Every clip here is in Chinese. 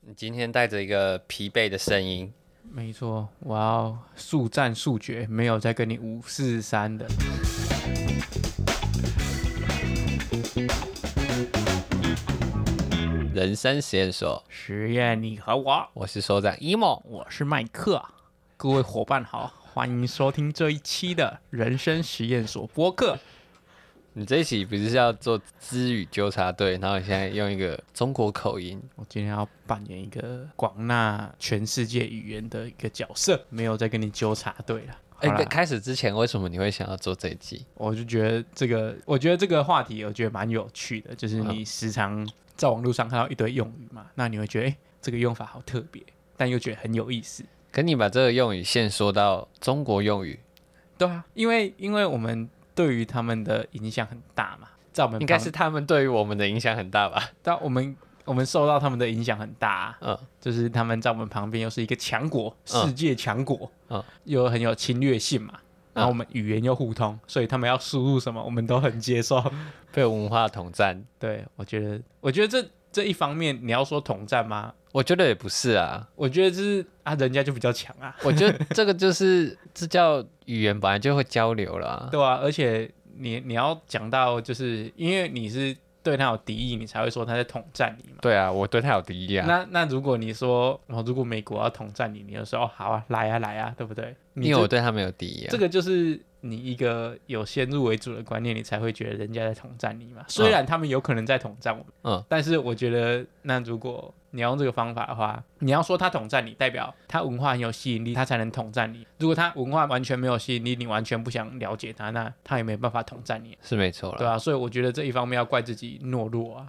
你今天带着一个疲惫的声音，没错，我要速战速决，没有再跟你五四三的。人生实验所，实验你和我，我是首长 emo。我是麦克，各位伙伴好，欢迎收听这一期的人生实验所播客。你这一期不是要做知语纠察队，然后你现在用一个中国口音，我今天要扮演一个广纳全世界语言的一个角色，没有再跟你纠察队了。哎、好啦开始之前为什么你会想要做这一集？我就觉得这个，我觉得这个话题，我觉得蛮有趣的，就是你时常在网络上看到一堆用语嘛，那你会觉得，哎、这个用法好特别，但又觉得很有意思。跟你把这个用语线说到中国用语，对啊，因为因为我们对于他们的影响很大嘛，在我嗯们应该旁是他们对于我们的影响很大吧？但我们我们受到他们的影响很大啊、嗯，就是他们在我们旁边又是一个强国，嗯世界强国，嗯又很有侵略性嘛。然后我们语言又互通，所以他们要输入什么，我们都很 接受。被文化统战，对，我觉得，我觉得这这一方面，你要说统战吗？我觉得也不是啊，我觉得就是啊，人家就比较强啊，我觉得这个就是这叫语言本来就会交流啦。对啊，而且你你要讲到，就是因为你是对他有敌意，你才会说他在统战你嘛。对啊，我对他有敌意啊。那那如果你说，哦，如果美国要统战你，你就说哦，好啊，来啊，来啊，对不对？你因为这我对他没有敌意啊。这个就是你一个有先入为主的观念，你才会觉得人家在统战你嘛。虽然他们有可能在统战我们，嗯，但是我觉得，那如果你要用这个方法的话，你要说他统战你，代表他文化很有吸引力，他才能统战你。如果他文化完全没有吸引力，你完全不想了解他，那他也没办法统战你，是没错对了。啊，所以我觉得这一方面要怪自己懦弱啊，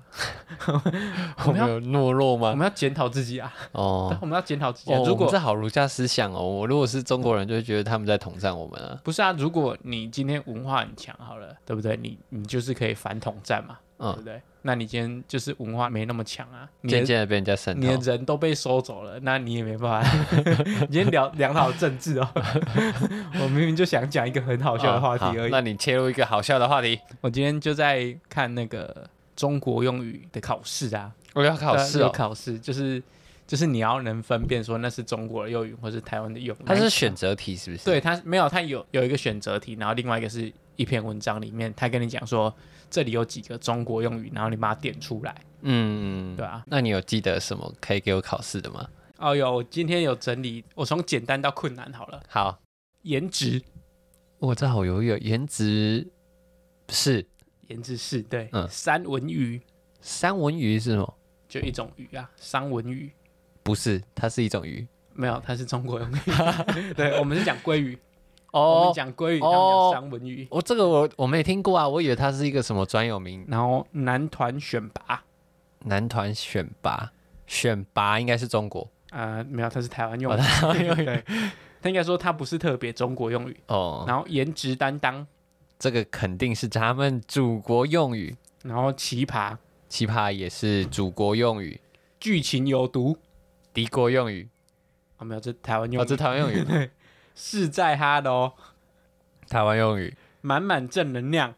我们有懦弱我吗？们要检讨自己啊，哦， 我们要检讨自己、啊。哦，如如果果这好儒家思想哦，我如果是中国人，就会觉得他们在统战我们啊。不是啊，如果你今天文化很强，好了，对不对？你你就是可以反统战嘛，嗯对不对？那你今天就是文化没那么强啊，你渐嗯的渐的被人家渗你的透，人都被收走了，那你也没办法。 你今天聊良好政治哦，我明明就想讲一个很好笑的话题哦好而已。那你切入一个好笑的话题，我今天就在看那个中国用语的考试啊，我要考对啊试有哦。考试就是就是你要能分辨说那是中国的用语或是台湾的用语，它是选择题是不是？对，它没有，它有有一个选择题，然后另外一个是一篇文章里面，他跟你讲说这里有几个中国用语，然后你把它点出来，嗯，对嗯。吧、那你有记得什么可以给我考试的吗？啊？哦哟，我今天有整理，我从简单到困难好了。好，颜值，我这好犹豫哦。颜值是颜值是对，嗯三文鱼三文鱼是吗？就一种鱼啊，三文鱼不是，它是一种鱼。没有，它是中国用 语。对，我们是讲鲑鱼，我们哦，讲鲑鱼，他们哦讲三文鱼。我这个我我没听过啊，我以为它是一个什么专有名然后男团选拔，男团选拔，选拔应该是中 国呃，没有，它是台湾用哦语，用语。他应该说它不是特别中国用语。哦，然后颜值担当，这个肯定是他们祖国用语，然后奇葩，奇葩也是祖国用语，剧情有毒敌国用语，啊、没有，这台湾用哦，语、这台湾用语， 是在哈喽， 台湾用语，满满正能量，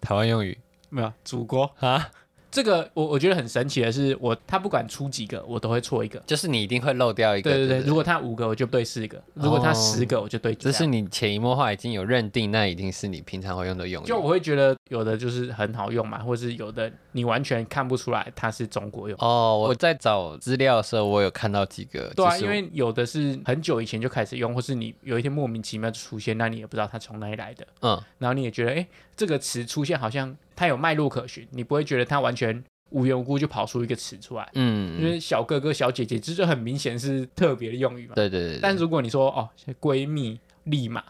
台湾用语没有祖国啊，这个我我觉得很神奇的是，我他不管出几个，我都会错一个。就是你一定会漏掉一个，对对对对，不如果他五个我就对四个，如果他十个我就对几这个。是你潜移默化已经有认定，那一定是你平常会用的用语。就我会觉得有的就是很好用嘛，或是有的你完全看不出来它是中国用。哦，我在找资料的时候，我有看到几个，对啊，就是因为有的是很久以前就开始用，或是你有一天莫名其妙就出现，那你也不知道它从哪里来的。嗯，然后你也觉得，哎，这个词出现好像它有脉络可循，你不会觉得它完全无缘无故就跑出一个词出来，因嗯，为小哥哥、小姐姐这就很明显是特别的用语嘛。对对对对，但如果你说哦，闺蜜、立马、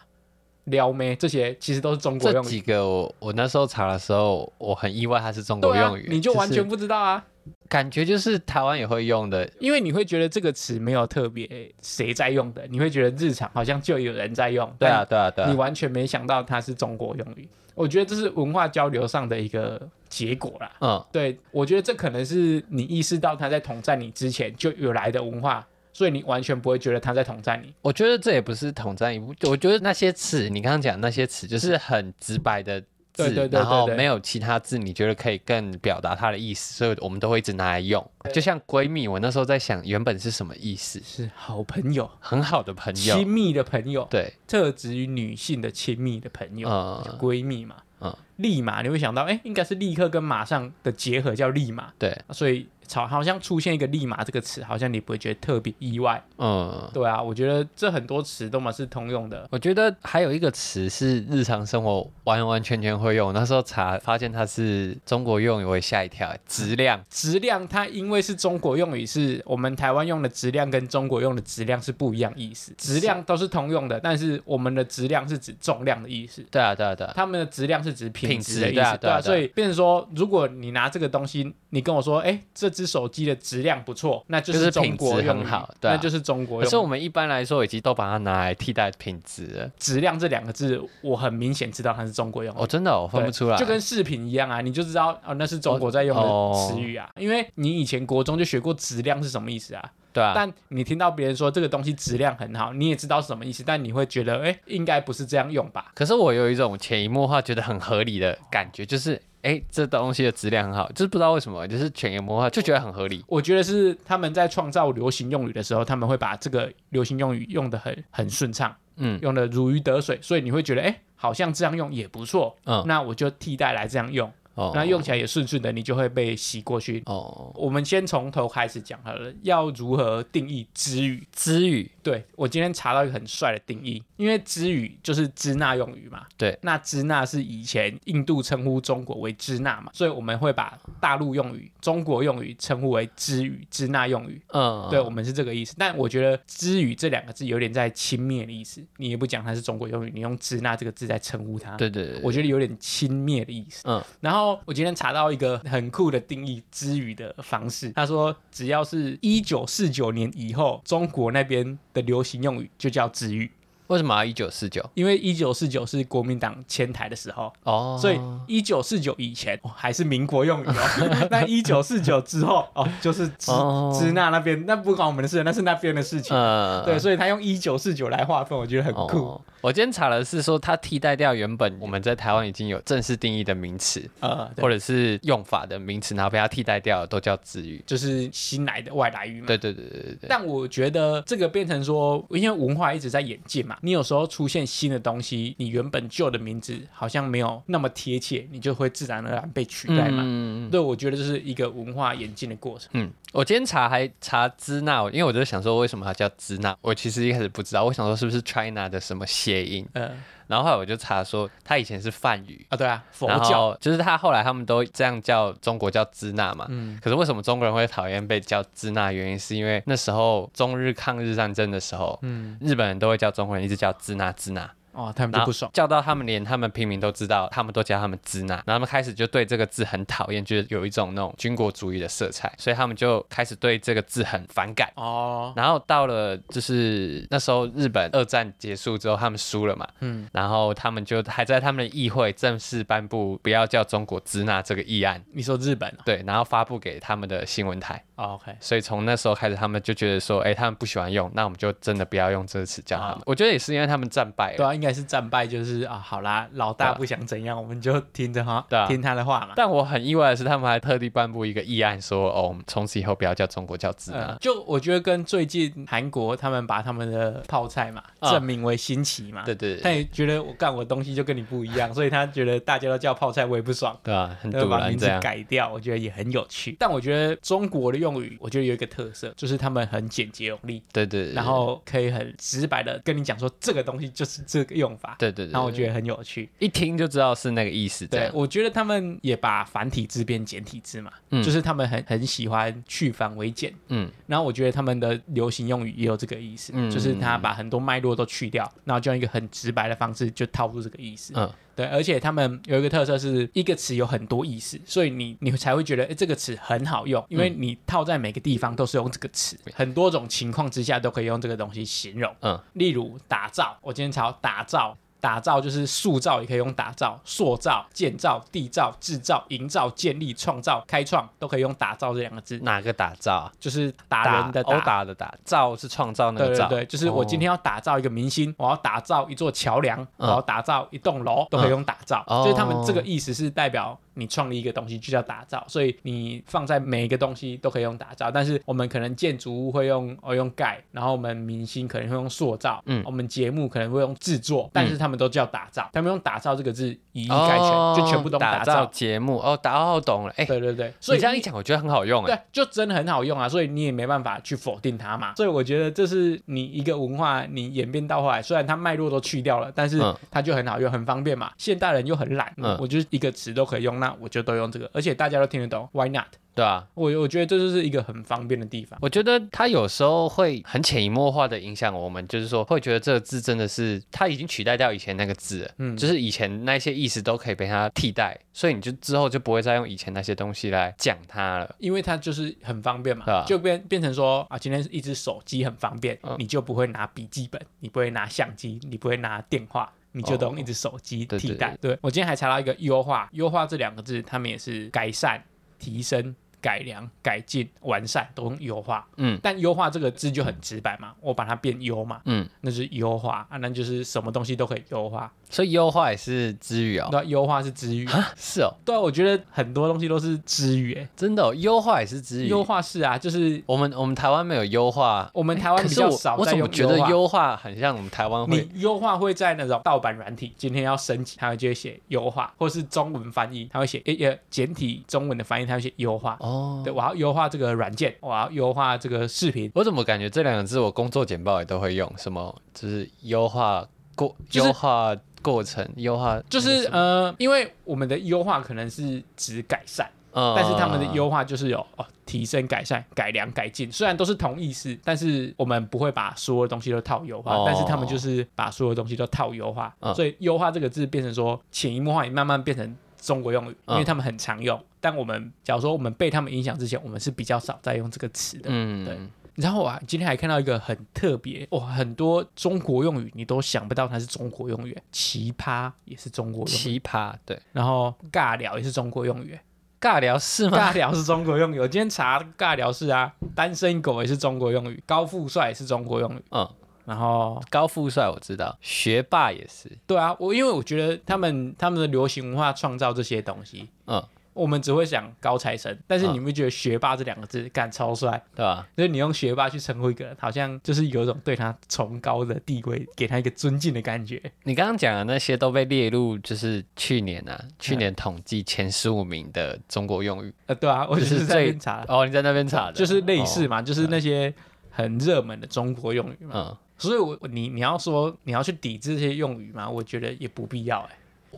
撩妹这些，其实都是中国这用几语，个我我那时候查的时候，我很意外它是中国对啊用语，，你就完是全不知道啊，感觉就是台湾也会用的，因为你会觉得这个词没有特别谁在用的，你会觉得日常好像就有人在用，对啊，对啊，对但你啊，完全没想到它是中国用语。我觉得这是文化交流上的一个结果啦。嗯，对，我觉得这可能是你意识到他在统战你之前就有来的文化，所以你完全不会觉得他在统战你。我觉得这也不是统战一部，我觉得那些词，你刚刚讲那些词，就是很直白的字，对对对对然后对没有其他字，你觉得可以更表达它的意思，所以我们都会一直拿来用。就像闺蜜，我那时候在想原本是什么意思，是好朋友、很好的朋亲 友，密的朋友，对，特指于女性的亲密的朋友，就嗯，闺蜜嘛。嗯立马你会想到，哎、应该是立刻跟马上的结合叫立马，啊对，所以好好像出现一个立马这个词，好像你不会觉得特别意外。嗯。对啊，我觉得这很多词都嘛是通用的。我觉得还有一个词是日常生活完完全全会用，那时候查发现它是中国用语，我也吓一跳。质量，质量它因为是中国用语，是我们台湾用的质量跟中国用的质量是不一样意思。质量都是通用的，但是我们的质量是指重量的意思。对啊，对啊，对啊，他们的质量是指品质的意品质对思啊，对啊对啊所以变成说，如果你拿这个东西，你跟我说，哎，这只手机的质量不错，那就就是是中国品质用语很好对啊那就是中国可是我用语。们一般来说已经都把它拿来替代品质了。质量这两个字，我很明显知道它是中国用语哦，真的哦、我分不对出来，就跟饰品一样啊，你就知道哦，那是中国在用的哦词语啊，因为你以前国中就学过质量是什么意思啊，对啊，但你听到别人说这个东西质量很好，你也知道是什么意思，但你会觉得，哎，应该不是这样用吧？可是我有一种潜移默化觉得很合理的感觉，就是哎、诶这东西的质量很好，就是不知道为什么，就是潜移默化就觉得很合理。我觉得是他们在创造流行用语的时候，他们会把这个流行用语用得很很顺畅，嗯用得如鱼得水，所以你会觉得，哎，好像这样用也不错，嗯，那我就替代来这样用，哦那用起来也顺顺的，你就会被洗过去。哦，我们先从头开始讲好了，要如何定义之语？之语对我今天查到一个很帅的定义，因为支语就是支那用语嘛。对，那支那是以前印度称呼中国为支那嘛，所以我们会把大陆用语、中国用语称呼为支语、支那用语。嗯，对，我们是这个意思。但我觉得“支语”这两个字有点在轻蔑的意思，你也不讲它是中国用语，你用“支那”这个字在称呼它。对对对，我觉得有点轻蔑的意思。嗯，然后我今天查到一个很酷的定义之语的方式，他说只要是一九四九年以后，中国那边的流行用语就叫之语，为什么要一九四九？因为一九四九是国民党迁台的时候。哦，所以一九四九以前、哦还是民国用语 哦，那一九四九之后哦就是支哦支那那边，那不管我们的事，那是那边的事情。嗯对，所以他用一九四九来划分，我觉得很酷。哦我今天查的是说，它替代掉原本我们在台湾已经有正式定义的名词，呃，对或者是用法的名词，然后被它替代掉，都叫之语。就是新来的外来语嘛。对对对对对对，但我觉得这个变成说，因为文化一直在演进嘛，你有时候出现新的东西，你原本旧的名字好像没有那么贴切，你就会自然而然被取代嘛。嗯对，我觉得这是一个文化演进的过程。嗯，我今天查还查支那，因为我就想说为什么它叫支那，我其实一开始不知道，我想说是不是 China 的什么谐音，呃，然后后来我就查说它以前是梵语。啊，对啊，佛然教后就是他后来他们都这样叫中国叫支那嘛，嗯可是为什么中国人会讨厌被叫支那？原因是因为那时候中日抗日战争的时候，嗯日本人都会叫中国人一直叫支那支那，哦，他们然就后不爽。叫到他们连他们平民都知道，他们都叫他们支那，然后他们开始就对这个字很讨厌，就是有一种那种军国主义的色彩，所以他们就开始对这个字很反感。哦，然后到了就是那时候日本二战结束之后，他们输了嘛，嗯，然后他们就还在他们的议会正式颁布不要叫中国支那这个议案，你说日本哦对，然后发布给他们的新闻台。哦，OK，所以从那时候开始，他们就觉得说，哎、他们不喜欢用，那我们就真的不要用这个词叫他们。啊我觉得也是因为他们战败了，对啊，应该是战败，就是啊，好啦，老大对啊不想怎样，我们就听着哈对，啊听他的话嘛。但我很意外的是，他们还特地颁布一个议案说，哦，我们从此以后不要叫中国叫支那。呃，就我觉得跟最近韩国他们把他们的泡菜嘛啊证明为新奇嘛，对对他对，也觉得我干我东西就跟你不一样，所以他觉得大家都叫泡菜，我也不爽。对啊，很要突把名然字这样。改掉，我觉得也很有趣。但我觉得中国的用语，我觉得有一个特色，就是他们很简洁有力，对对对，然后可以很直白的跟你讲说这个东西就是这个用法。对对对，然后我觉得得很有趣。一听就知道是那个意思。这对样，，我觉得他们也把繁体字变简体字嘛，嗯就是他们很很喜欢去繁为简。嗯，然后我觉得他们的流行用语也有这个意思，嗯就是他把很多脉络都去掉，然后就用一个很直白的方式就套入这个意思。嗯，对，而且他们有一个特色是一个词有很多意思，所以你你才会觉得诶哎这个词很好用，因为你套在每个地方都是用这个词，很多种情况之下都可以用这个东西形容。嗯嗯，例如打造，我今天查到打造。打造就是塑造，也可以用打造、塑造、建造、缔造、制造、营造、建立、创造、开创，都可以用打造这两个字，哪个打造啊？就是打人的殴打的打，造是创造那对个哦对造。对，就是我今天要打造一个明星，我要打造一座桥梁，嗯我要打造一栋楼，都可以用打造。哦就是他们这个意思是代表你创立一个东西就叫打造，所以你放在每一个东西都可以用打造。但是我们可能建筑物会用哦用盖，然后我们明星可能会用塑造，嗯我们节目可能会用制作，但是他们都叫打造，他们用打造这个字以一概全，哦就全部都打造。节目哦，打哦懂了。哎，对对对，所你以这样一讲，我觉得很好用哎。对，就真的很好用啊，所以你也没办法去否定它嘛。所以我觉得这是你一个文化，你演变到后来，虽然它脉络都去掉了，但是嗯它就很好用，很方便嘛。现代人又很懒，嗯我就是一个词都可以用，那我就都用这个，而且大家都听得懂，Why not？对啊，我我觉得这就是一个很方便的地方。我觉得它有时候会很潜移默化的影响我们，就是说会觉得这个字真的是它已经取代掉以前那个字了，嗯就是以前那些意思都可以被它替代，所以你就之后就不会再用以前那些东西来讲它了。因为它就是很方便嘛，对啊就变变成说啊，今天是一只手机很方便，嗯你就不会拿笔记本，你不会拿相机，你不会拿电话。你就都用一只手机哦对对替代。对我今天还查到一个优化，优化这两个字，他们也是改善、提升、改良、改进、完善，都用优化。嗯，但优化这个字就很直白嘛，我把它变优嘛，嗯，那是优化啊，那就是什么东西都可以优化。所以优化也是之语哦，那优化是之语，啊， 是哦，对啊，我觉得很多东西都是之语、欸，真的、哦，优化也是之语。优化是啊，就是我们我们台湾没有优化，我们台湾哎可比是较我少我在怎么用觉得优化。优化很像我们台湾会你优化会在那种盗版软体，今天要升级，它会就会写优化，或是中文翻译，它会写诶也简体中文的翻译，它会写优化。哦。对，我要优化这个软件，我要优化这个视频，我怎么感觉这两个字我工作简报也都会用，什么就是优化过、就是优化过程、优化，就是呃，因为我们的优化可能是指改善，嗯但是他们的优化就是有哦提升、改善、改良、改进，虽然都是同意思，但是我们不会把所有东西都套优化，哦但是他们就是把所有东西都套优化，嗯所以优化这个字变成说潜移默化，也慢慢变成中国用语，因为嗯他们很常用。但我们假如说我们被他们影响之前，我们是比较少在用这个词的。嗯，对然后啊，今天还看到一个很特别哇，很多中国用语你都想不到它是中国用语，奇葩也是中国用语，奇葩，对，然后尬聊也是中国用语。尬聊是吗？ 尬聊是中国用语，我今天查尬聊是啊，单身狗也是中国用语，高富帅也是中国用语。嗯，然后，高富帅我知道，学霸也是，对啊，我因为我觉得他们他们的流行文化创造这些东西，嗯，我们只会想高材生，但是嗯你会觉得学霸这两个字干超帅，对吧？所以你用学霸去称呼一个人，好像就是有一种对他崇高的地位，给他一个尊敬的感觉。你刚刚讲的那些都被列入，就是去年啊，去年统计前十五名的中国用语。呃，对啊，我就就是是在那最边查，哦，你在那边查的，就是类似哦。嘛，就是那些很热门的中国用语嘛。嗯，所以我，你你要说你要去抵制这些用语吗？我觉得也不必要、欸。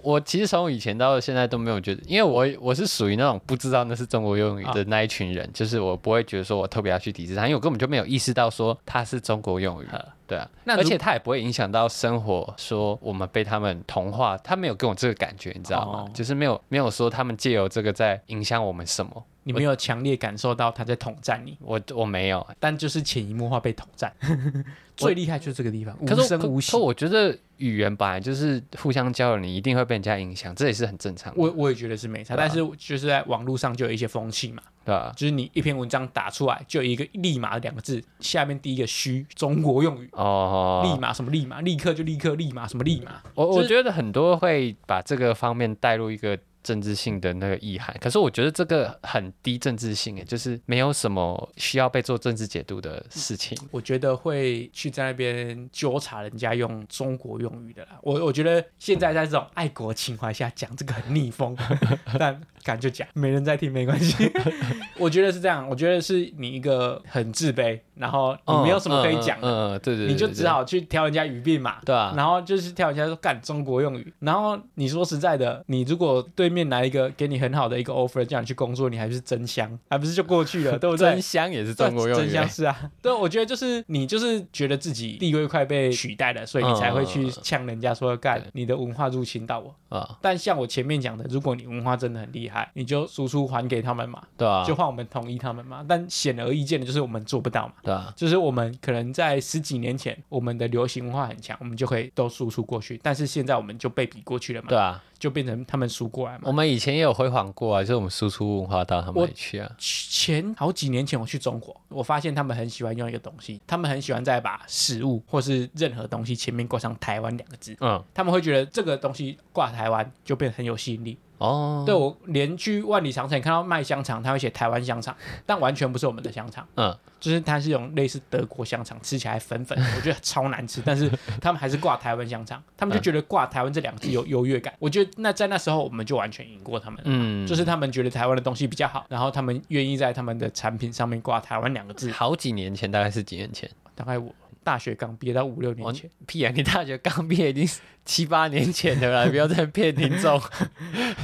我其实从以前到现在都没有觉得，因为我我是属于那种不知道那是中国用语的啊那一群人，就是我不会觉得说我特别要去抵制它，因为我根本就没有意识到说它是中国用语。对啊，那如而且它也不会影响到生活，说我们被他们同化，他没有给我这个感觉，你知道吗？哦就是没有没有说他们借由这个在影响我们什么，你没有强烈感受到他在统战你，我我没有、欸。但就是潜移默化被统战。 最厉害就是这个地方，可无是声可无息可。我觉得语言本来就是互相交流，你一定会被人家影响，这也是很正常的，我我也觉得是没差，对啊但是就是在网络上就有一些风气嘛，对吧、就是你一篇文章打出来，就有一个立马两个字，下面第一个虚，中国用语，立哦，马什么立马，立刻就立刻，立马什么立马，我就我是觉得很多会把这个方面带入一个政治性的那个意涵，可是我觉得这个很低政治性，哎，就是没有什么需要被做政治解读的事情。我觉得会去在那边纠察人家用中国用语的啦。我我觉得现在在这种爱国情怀下讲这个很逆风， 但敢就讲，没人在听没关系。 我觉得是这样，我觉得是你一个很自卑，然后你没有什么可以讲嗯，嗯嗯嗯对对对，你就对只好去挑人家语病嘛。对啊，然后就是挑人家说干中国用语，然后你说实在的，你如果对面来一个给你很好的一个 offer，叫你去工作，你还不是真香，还不是就过去了，对不对？真香也是 中国用真语相欸，是啊，对，我觉得就是你就是觉得自己地位快被取代了，所以你才会去呛人家说干你的文化入侵到我。啊，但像我前面讲的，如果你文化真的很厉害，你就输出还给他们嘛，对啊，就换我们统一他们嘛。但显而易见的就是我们做不到嘛。对啊，就是我们可能在十几年前，我们的流行文化很强，我们就可以都输出过去，但是现在我们就被比过去了嘛，对啊。就变成他们输过来嘛。我们以前也有辉煌过啊，就是我们输出文化到他们我那里去啊。前好几年前我去中国，我发现他们很喜欢用一个东西，他们很喜欢再把食物或是任何东西前面挂上“台湾”两个字，嗯，他们会觉得这个东西挂台湾就变得很有吸引力。哦，对我连去万里长城看到卖香肠，他会写台湾香肠，但完全不是我们的香肠，嗯，就是它是用类似德国香肠，吃起来粉粉的，我觉得超难吃，但是他们还是挂台湾香肠，他们就觉得挂台湾这两个字有优越感。我觉得那在那时候我们就完全赢过他们了。嗯，就是他们觉得台湾的东西比较好，然后他们愿意在他们的产品上面挂“台湾”两个字。好几年前，大概是几年前。大概我大学刚毕业到五六年我前，屁啊！你大学刚毕业已经是七八年前的了啦，不要再骗听众。哦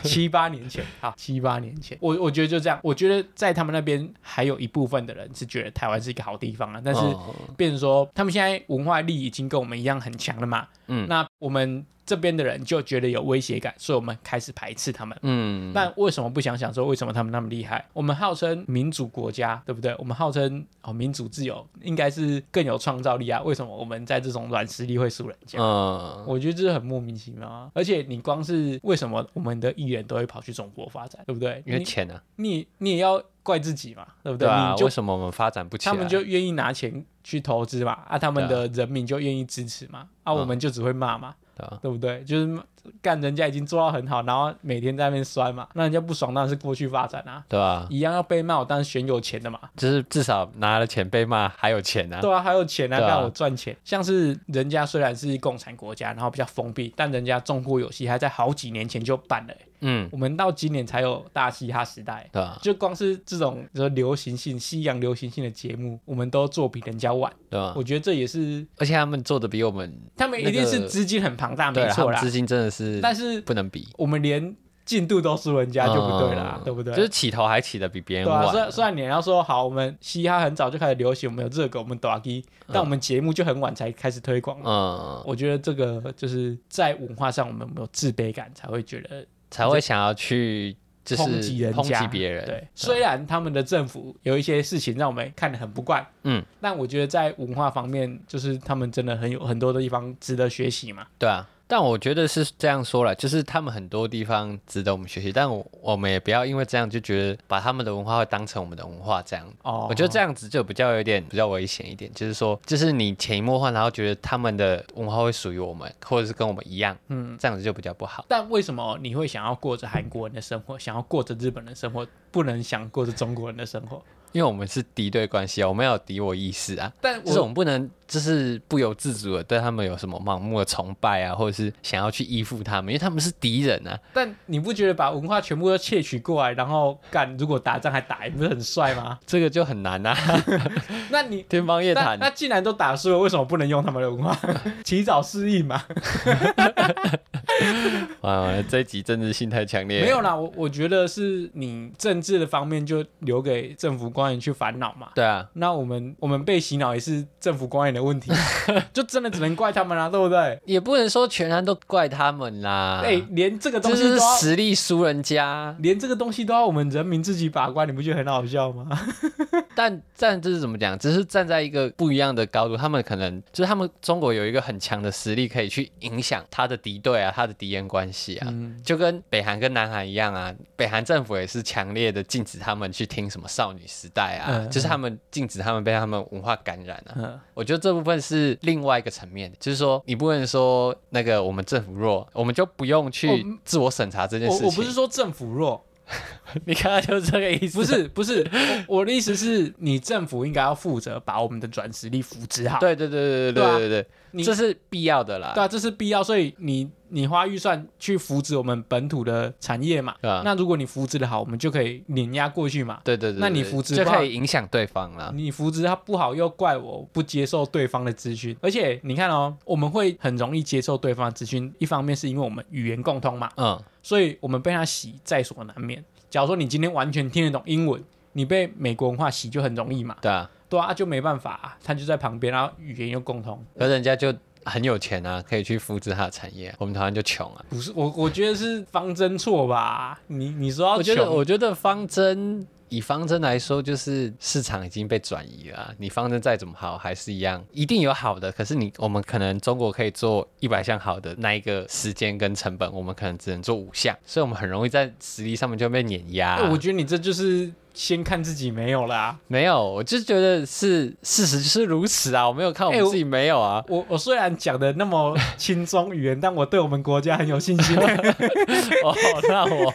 七八 年前，好，七八年前，我我觉得就这样。我觉得在他们那边还有一部分的人是觉得台湾是一个好地方啊，但是哦变成说他们现在文化力已经跟我们一样很强了嘛，嗯那我们这边的人就觉得有威胁感，所以我们开始排斥他们。嗯，但为什么不想想说为什么他们那么厉害？我们号称民主国家，对不对？我们号称哦民主自由，应该是更有创造力啊。为什么我们在这种软实力会输人家？嗯，我觉得这是很莫名其妙啊！而且你光是为什么我们的艺人都会跑去中国发展，对不对？因为你钱啊，你你也要怪自己嘛，对不对啊，你就为什么我们发展不起来？啊他们就愿意拿钱去投资嘛，啊，他们的人民就愿意支持嘛，啊，嗯我们就只会骂嘛，对啊对不对？就是干人家已经做到很好，然后每天在那边酸嘛，那人家不爽当然是过去发展啊，对啊，一样要被骂，我当然选有钱的嘛，就是至少拿了钱被骂，还有钱啊。对啊，还有钱啊，对啊让我赚钱。像是人家虽然是共产国家，然后比较封闭，但人家中国有嘻哈在好几年前就办了欸、嗯，我们到今年才有大嘻哈时代欸、对啊，就光是这种就是流行性、西洋流行性的节目，我们都做比人家晚。对啊，我觉得这也是而且他们做的比我们，他们一定是资金很庞大，对没啊，他错们啦资。金真的是但是不能比，我们连进度都输人家就不对啦，嗯对不对？就是起头还起的比别人对啊，晚虽啊，然虽然你要说好，我们嘻哈很早就开始流行，我们有热狗，我们短基，但我们节目就很晚才开始推广嘛。嗯，我觉得这个就是在文化上，我们有没有自卑感，才会觉得才会想要去就是抨击人抨家击别人，对。虽然他们的政府有一些事情让我们看得很不惯，嗯，但我觉得在文化方面，就是他们真的很有很多的地方值得学习嘛。对啊，但我觉得是这样说了，就是他们很多地方值得我们学习，但我我们也不要因为这样就觉得把他们的文化会当成我们的文化这样。哦，我觉得这样子就比较有点比较危险一点，就是说，就是你潜移默化，然后觉得他们的文化会属于我们，或者是跟我们一样，嗯嗯，这样子就比较不好。但为什么你会想要过着韩国人的生活，想要过着日本人的生活，不能想过着中国人的生活？因为我们是敌对关系啊，我们要有敌我意识啊，但就是我我们不能就是不由自主的对他们有什么盲目的崇拜啊，或者是想要去依附他们，因为他们是敌人啊。但你不觉得把文化全部都窃取过来，然后干如果打仗还打赢，不是很帅吗？这个就很难啊， 那你天方夜 那谭。那既然都打输了，为什么不能用他们的文化？ 提早适应 嘛？啊，这一集政治性太强烈。没有，啦，我我觉得是你政治的方面就留给政府官员去烦恼嘛。对啊，那我们我们被洗脑也是政府官员的问题， 就真的只能怪他们啦、啊对不对？也不能说全然都怪他们啦。哎、连这个东这西都是要，实力输人家。连这个东西都要我们人民自己把关，你不觉得很好笑吗？但但这是怎么讲？只是站在一个不一样的高度，他们可能就是他们中国有一个很强的实力，可以去影响他的敌对啊，他的敌人关系啊。嗯，就跟北韩跟南韩一样啊，北韩政府也是强烈的禁止他们去听什么少女时代啊，嗯就是他们禁止他们被他们文化感染啊。嗯我觉得这部分是另外一个层面，就是说你不能说那个我们政府弱，我们就不用去自我审查这件 我事情。我不是说政府弱， 你看他就是这个意思，不？是不是，我我的意思是你政府应该要负责把我们的软实力扶植好。对对对对对对对啊你对，这是必要的啦。对啊，这是必要，所以你你花预算去扶植我们本土的产业嘛。对啊那如果你扶植的好，我们就可以碾压过去嘛。对对对，那你对扶植就不好可以影响对方啦。你扶植他不好，又怪我不接受对方的资讯，而且你看哦，我们会很容易接受对方的资讯，一方面是因为我们语言共通嘛，嗯，所以我们被他洗在所难免。假如说你今天完全听得懂英文，你被美国文化洗就很容易嘛，对啊，对啊，就没办法、啊，他就在旁边，然后语言又共通，可人家就很有钱啊，可以去复制它的产业啊、我们台湾就穷啊。不是我，我觉得是方针错吧？你你说要我觉得，穷我觉得方针以方针来说，就是市场已经被转移了啊、你方针再怎么好，还是一样，一定有好的。可是你，我们可能中国可以做一百项好的，那一个时间跟成本，我们可能只能做五项，所以我们很容易在实力上面就被碾压啊、哎我觉得你这就是先看自己没有啦、没有，我就觉得是事实就是如此啊，我没有看我哎们我自己没有啊。我我虽然讲的那么轻松语言，但我对我们国家很有信 心。。哦，那我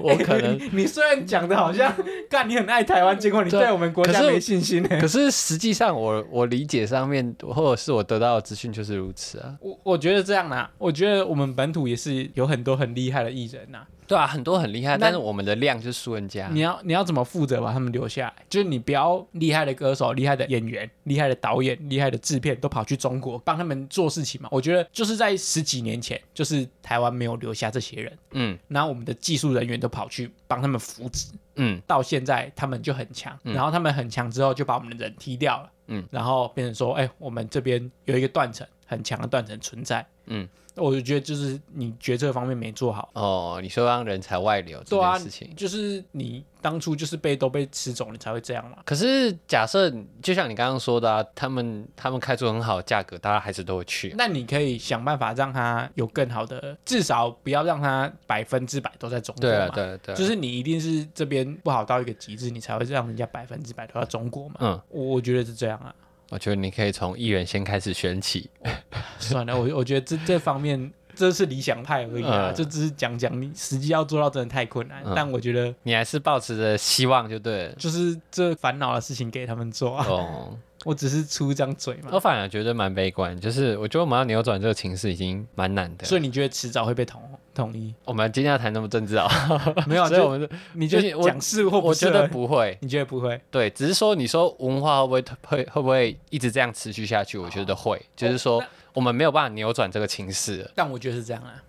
我可能 你虽然讲的好 像干你很爱台湾，结果你对对我啊们国家可是没信心呢、可是实际上我，我理解上面，或者是我得到的资讯就是如此啊。我我觉得这样啦、我觉得我们本土也是有很多很厉害的艺人呐、对啊，很多很厉害，那但是我们的量就是输人家。你要你要怎么负责把他们留下来？就是你不要厉害的歌手、厉害的演员、厉害的导演、厉害的制片都跑去中国帮他们做事情嘛？我觉得就是在十几年前，就是台湾没有留下这些人，嗯那我们的技术人员都跑去帮他们扶植，嗯到现在他们就很强，嗯然后他们很强之后就把我们的人踢掉了，嗯，然后变成说，哎、我们这边有一个断层，很强的断层存在，嗯，我就觉得就是你决策方面没做好，哦，你说让人才外流这对啊件事情，，就是你当初就是被都被吃走，你才会这样嘛。可是假设就像你刚刚说的、啊，他们他们开出很好的价格，大家还是都会去。啊那你可以想办法让他有更好的，至少不要让他百分之百都在中国对啊嘛。对啊对啊，就是你一定是这边不好到一个极致，你才会让人家百分之百都在中国嘛。嗯，我我觉得是这样啊。我觉得你可以从议员先开始选起。算了，我我觉得这这方面这是理想派而已啊，嗯就只是讲讲，你实际要做到真的太困难。嗯但我觉得你还是抱持着希望就对了。就是这烦恼的事情给他们做啊，哦，我只是出一张嘴嘛。我反而觉得蛮悲观，就是我觉得我们要扭转这个情势已经蛮难的。所以你觉得迟早会被统统一？我们今天要谈那么政治啊、 没有 啊，所以就我们你就就是我讲是或不我是觉而已？得不会，你觉得不会？对，只是说你说文化会不会会会不会一直这样持续下去？我觉得会，哦就是说我们没有办法扭转这个情势了。但我觉得是这样啊。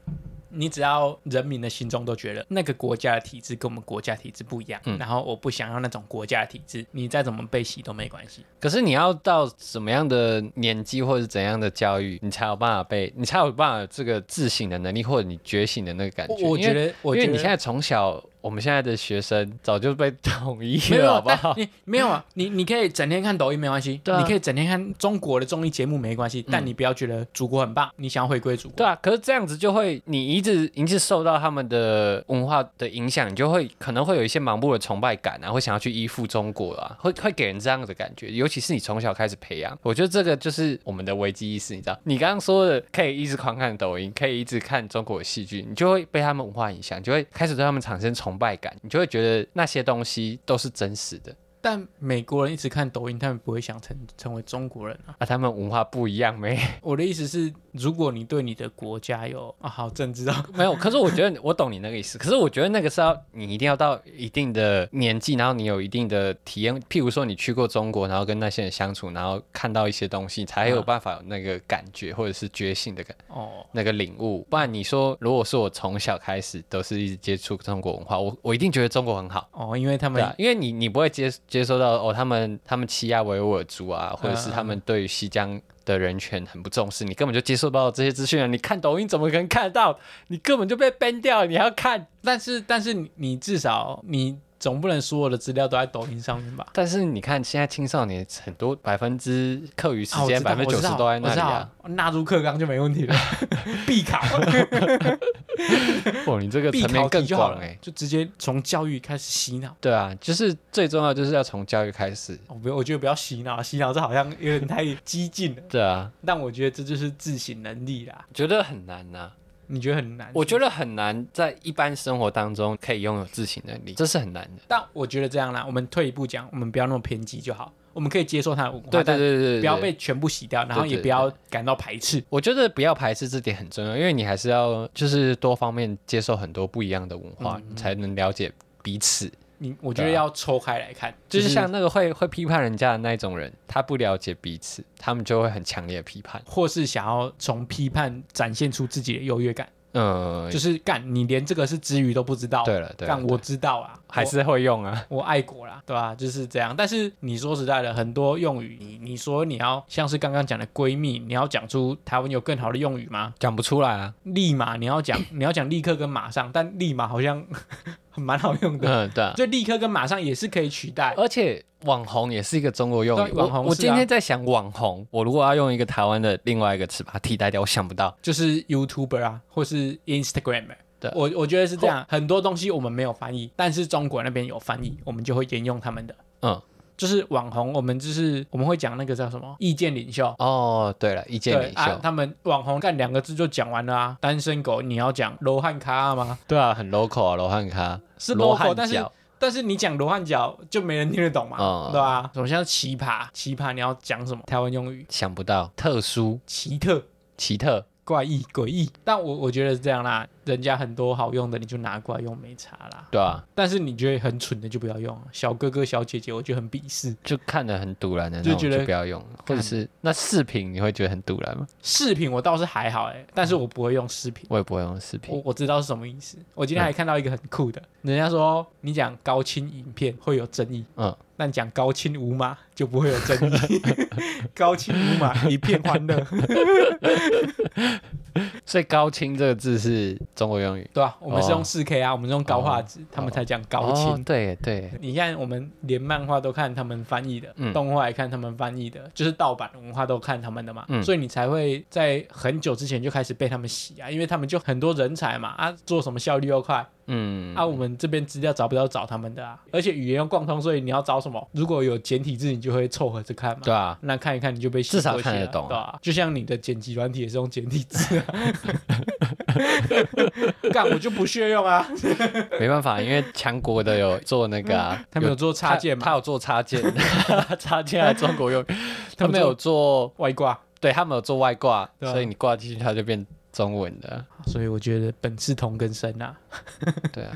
你只要人民的心中都觉得那个国家的体制跟我们国家体制不一样，嗯然后我不想要那种国家的体制，你再怎么被洗都没关系。可是你要到什么样的年纪或者怎样的教育，你才有办法被，你才有办法有这个自省的能力，或者你觉醒的那个感觉。我我觉因为，得，我因为觉得你现在从小，我们现在的学生早就被统一没有啊了，好不好？但你没有 啊，你你可以整天看抖音没关系，对啊嗯你可以整天看中国的综艺节目没关系，但你不要觉得祖国很棒，你想要回归祖国。对啊，可是这样子就会，你一直一直受到他们的文化的影响，你就会可能会有一些盲目的崇拜感啊，会想要去依附中国啊，会会给人这样的感觉。尤其是你从小开始培养，我觉得这个就是我们的危机意识，你知道？你刚刚说的可以一直狂看抖音，可以一直看中国的戏剧，你就会被他们文化影响，就会开始对他们产生崇拜感，你就会觉得那些东西都是真实的但美国人一直看抖音，他们不会想成成为中国人啊。啊，他们文化不一样没？我的意思是，如果你对你的国家有啊，好政治啊，没有，可是我觉得我懂你那个意思。可是我觉得那个是要你一定要到一定的年纪，然后你有一定的体验，譬如说你去过中国，然后跟那些人相处，然后看到一些东西，才有办法有那个感觉，或者是觉醒的感哦，那个领悟。不然你说，如果是我从小开始都是一直接触中国文化，我我一定觉得中国很好。哦，因为他对们啊，因为你你不会接接收到哦，他们他们欺压维吾尔族啊，或者是他们对于新疆的人权很不重视，你根本就接受不到这些资讯啊！你看抖音怎么可能看得到？你根本就被 ban 掉，你还要看？但是但是你你至少你总不能所有的资料都在抖音上面吧？但是你看现在青少年很多百分之课余时啊，我间知道百分之九十都在那里啊！，我知道我知道纳入课纲就没问题了， 必 考。哦，你这个必层考面题更就好广了，欸哎、就直接从教育开始洗脑。对啊，就是最重要就是要从教育开始。我不，我觉得不要洗脑，洗脑这好像有点太激进了。对啊，但我觉得这就是自省能力啦。觉得很难呐、你觉得很难？我觉得，得很难在一般生活当中可以拥有自省能力，这是很难的。但我觉得这样啦，我们退一步讲，我们不要那么偏激就好。我们可以接受他的文化，对对对对对，但不要被全部洗掉，然后对也对不要感到排斥。我觉得不要排斥这点很重要，因为你还是要就是多方面接受很多不一样的文化，你才能了解彼此。你，我觉得对啊要抽开来看，就是是像那个会会批判人家的那一种人，他不了解彼此，他们就会很强烈的批判。或是想要从批判展现出自己的优越感，嗯，就是干你连这个是之余都不知道，啊对了，对了干我知道啊，还我是会用啊。我爱国啦，对吧、就是这样。但是你说实在的，很多用语你你你说你要像是刚刚讲的闺蜜，你要讲出台湾有更好的用语吗？讲不出来啊。立马你要讲，你要讲立刻跟马上，但立马好像 蛮好用的，嗯，对啊。就立刻跟马上也是可以取代。而且网红也是一个中国用语。对网红我我是啊今天在想网红，我如果要用一个台湾的另外一个词把它替代掉，我想不到。就是 YouTuber 啊，或是 Instagram。对我我觉得是这样，很多东西我们没有翻译，但是中国那边有翻译，我们就会沿用他们的。嗯，就是网红，我们就是我们会讲那个叫什么意见领袖。哦，对了，意见对领袖，啊，他们网红干两个字就讲完了啊。单身狗，你要讲罗汉咖吗？对啊，很 local 啊，罗汉咖是罗 local，汉但是脚，但是你讲罗汉脚就没人听得懂嘛，嗯对吧、啊？首先奇葩，奇葩你要讲什么？台湾用语，想不到，特殊、奇特、奇特，怪异、诡异。但我我觉得是这样啦，人家很多好用的你就拿过来用没差啦。对啊，但是你觉得很蠢的就不要用，啊小哥哥小姐姐我就很鄙视。就看得很堵然的就那种，觉得就不要用了。或者是那视频，你会觉得很堵然吗？视频我倒是还好哎、但是我不会用视频。我也不会用视频嗯我。我知道是什么意思。我今天还看到一个很酷的，人家说你讲高清影片会有争议，嗯，但讲高清无码就不会有争 议。高清无码一片欢乐，所以高清这个字是中国用语，对吧、我们是用哦4 K 啊，我们是用高画质，他们才讲高清。哦对对， 你看，我们连漫画都看他们翻译的，嗯动画也看他们翻译的，就是盗版文化都看他们的嘛，嗯所以你才会在很久之前就开始被他们洗啊，因为他们就很多人才嘛，啊，做什么效率又快，嗯，啊，我们这边资料找不到找他们的啊，而且语言又贯通，所以你要找什么，如果有简体字，你就会凑合着看嘛。对啊，那看一看你就被洗至少过去看得了懂啊对啊？就像你的剪辑软体也是用简体 字、啊，干我就不屑用啊，没办法，因为强国的有做那个啊，嗯他们有做插件他嘛，他有做插 件，插件在中国用，他们有做，外挂，对他们有做外挂，对啊所以你挂进去它就变中文的，所以我觉得本是同根生啊，对啊，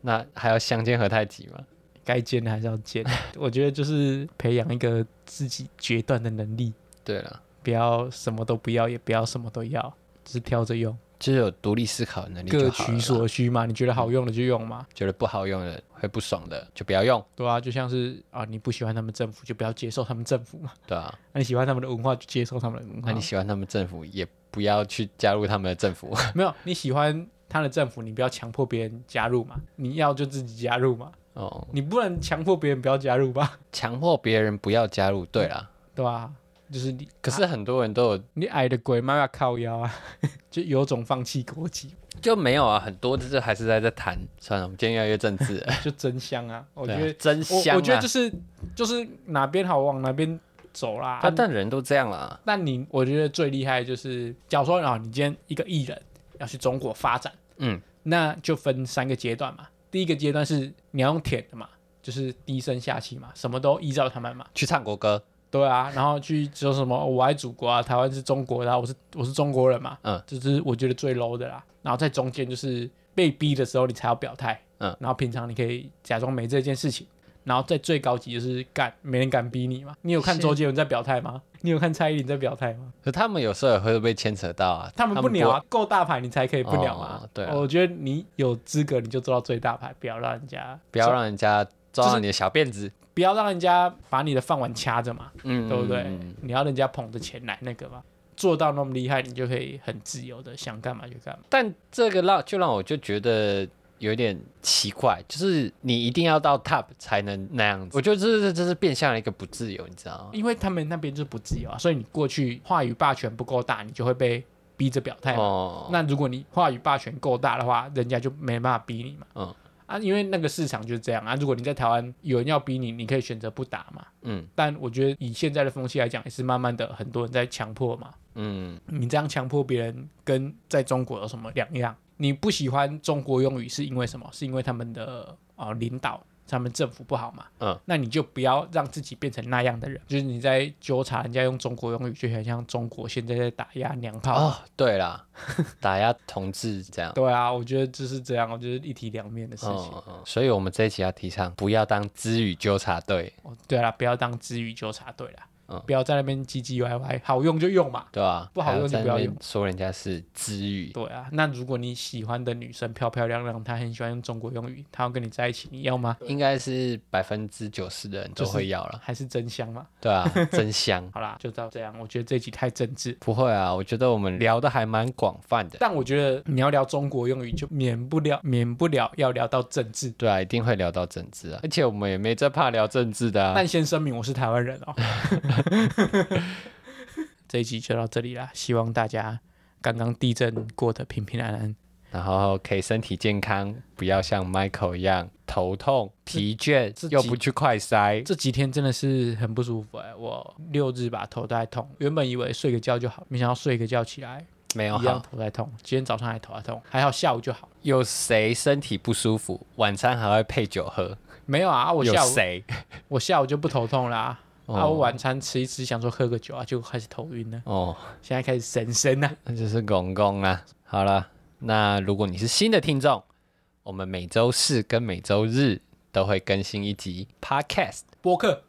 那还要相煎何太急嘛？该煎的还是要 煎。我觉得就是培养一个自己决断的能力，对了，不要什么都不要，也不要什么都要，只是挑着用，就是有独立思考的能力各就好了啦取所需嘛。你觉得好用的就用嘛，觉得不好用的会不爽的就不要用，对啊，就像是啊，你不喜欢他们政府就不要接受他们政府嘛，对啊，那、你喜欢他们的文化就接受他们的文那化啊你。喜欢他们政府也不要去加入他们的政府， 没有，你喜欢他的政府，你不要强迫别人加入嘛，你要就自己加入嘛，哦，你不能强迫别人不要加入吧，强迫别人不要加入，对啦，对吧、就是你，可是很多人都有你矮的鬼妈妈靠腰啊， 就有种放弃 国籍，就没有啊，很多就是还是在这谈，算了，我们今天越来越政治了，就真香啊！ 我我觉得，真香、啊我我觉得就是就是哪边好往哪边走啦。啊啊但但人都这样啊啦，但你我觉得最厉害就是，假如说啊，你今天一个艺人要去中国发展，嗯，那就分三个阶段嘛。第一个阶段是你要用舔的嘛，就是低声下气嘛，什么都依照他们嘛。去唱国歌，对啊，然后去说什么我爱祖国啊，台湾是中国的、啊，我是我是中国人嘛，嗯，这是我觉得最 low 的啦。然后在中间就是被逼的时候你才要表态，嗯，然后平常你可以假装没这件事情。然后在最高级就是干，没人敢逼你嘛。你有看是周杰伦在表态吗？你有看蔡依林在表态吗？可他们有时候也会被牵扯到啊，他们不会鸟啊，够大牌你才可以不鸟嘛。哦对啊我觉得你有资格你就做到最大牌，不要让人家不要让人家抓到你的小辫子，不要让人家把你的饭碗掐着嘛。嗯，对不对？嗯你要人家捧着钱来那个嘛，做到那么厉害，你就可以很自由的想干嘛就干嘛。但这个让就让我就觉得有点奇怪，就是你一定要到 top 才能那样子，我觉得这这这是变相的一个不自由，你知道吗？因为他们那边就是不自由啊，所以你过去话语霸权不够大，你就会被逼着表态嘛。哦，那如果你话语霸权够大的话，人家就没办法逼你嘛。嗯啊，因为那个市场就是这样啊。如果你在台湾有人要逼你，你可以选择不打嘛。嗯但我觉得以现在的风气来讲，也是慢慢的很多人在强迫嘛。嗯，你这样强迫别人跟在中国有什么两样？你不喜欢中国用语是因为什么？是因为他们的啊、呃领导，他们政府不好嘛？嗯，那你就不要让自己变成那样的人，就是你在纠缠人家用中国用语，就很像中国现在在打压娘炮。哦，对啦， 打压同志这样。对啊，我觉得就是这样，我觉得一体两面的事情。哦，哦所以我们这一期要提倡不要当知语纠察队，啊哦对啦，不要当知语纠察队啦，嗯不要在那边唧唧歪歪，好用就用嘛。对吧、不好用还就在不要那边用说人家是知语，对啊，那如果你喜欢的女生漂漂亮亮，她很喜欢用中国用语，她要跟你在一起，你要吗？应该是百分之九十的人都就是会要了，还是真香嘛？对 啊，真香。好啦，就到这样。我觉得这集太政治，不会啊，我觉得我们聊的还蛮广泛的，但我觉得你要聊中国用语，就免不了免不了要聊到政治。对啊，一定会聊到政治啊，而且我们也没在怕聊政治的啊。但先声明，我是台湾人哦。 这一集就到这里啦，希望大家刚刚地震过得平平安安。然后可以身体健康，不要像 Michael 一样头痛、疲这倦，又几不去快筛。这几天真的是很不舒服哎、我六日吧头都在痛，原本以为睡个觉就好，没想到睡一个觉起来没有一样好，头在痛，今天早上还头在痛，还好下午就好。有谁身体不舒服，晚餐还会配酒喝？没有啊，啊我有下午谁？我下午就不头痛啦、啊，哦我晚餐吃一吃，想说喝个酒啊，就开始头晕了，哦，现在开始神神啊。那就是公公啦。好了，那如果你是新的听众，我们每周四跟每周日都会更新一集 Podcast。播客，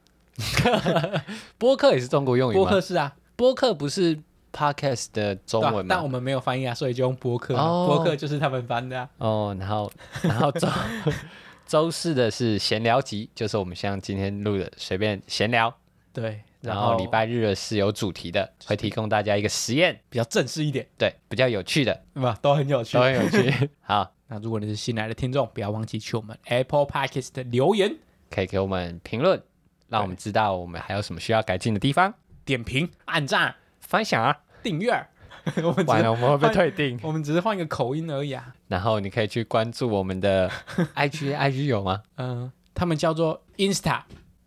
播客也是中国用语播吗？客是啊，播客不是 Podcast 的中对啊文但吗我？们没有翻译啊，所以就用播客、啊。哦播客就是他们翻的、啊。哦，然后然后周 周四的是闲聊集，就是我们像今天录的随便闲聊。对，然后后礼拜日的是有主题的，会提供大家一个实验，比较正式一点，对，比较有趣的，对吧？都很有趣都。很有 趣。好，那如果你是新来的听众，不要忘记去我们 Apple Podcast 的留言、可以给我们评论，让我们知道我们还有什么需要改进的地方。点评、按赞、分享 啊，订阅。 我们只完了是我们会被退 订。我们只是换一个口音而已啊。然后你可以去关注我们 的 IG，IG 有吗？嗯、他们叫做 Insta，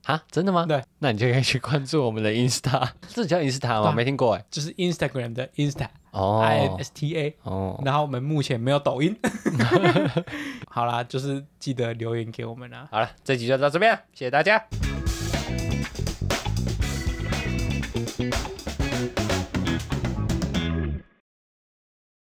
啊，真的吗？对，那你就可以去关注我们的 Insta，这叫 Insta 对吗？啊没听过哎。就是 Instagram 的 Insta，I N 哦 S T A。哦，然后我们目前没有抖音。 好啦，就是记得留言给我们啦。啊好了，这集就到这边，谢谢大家，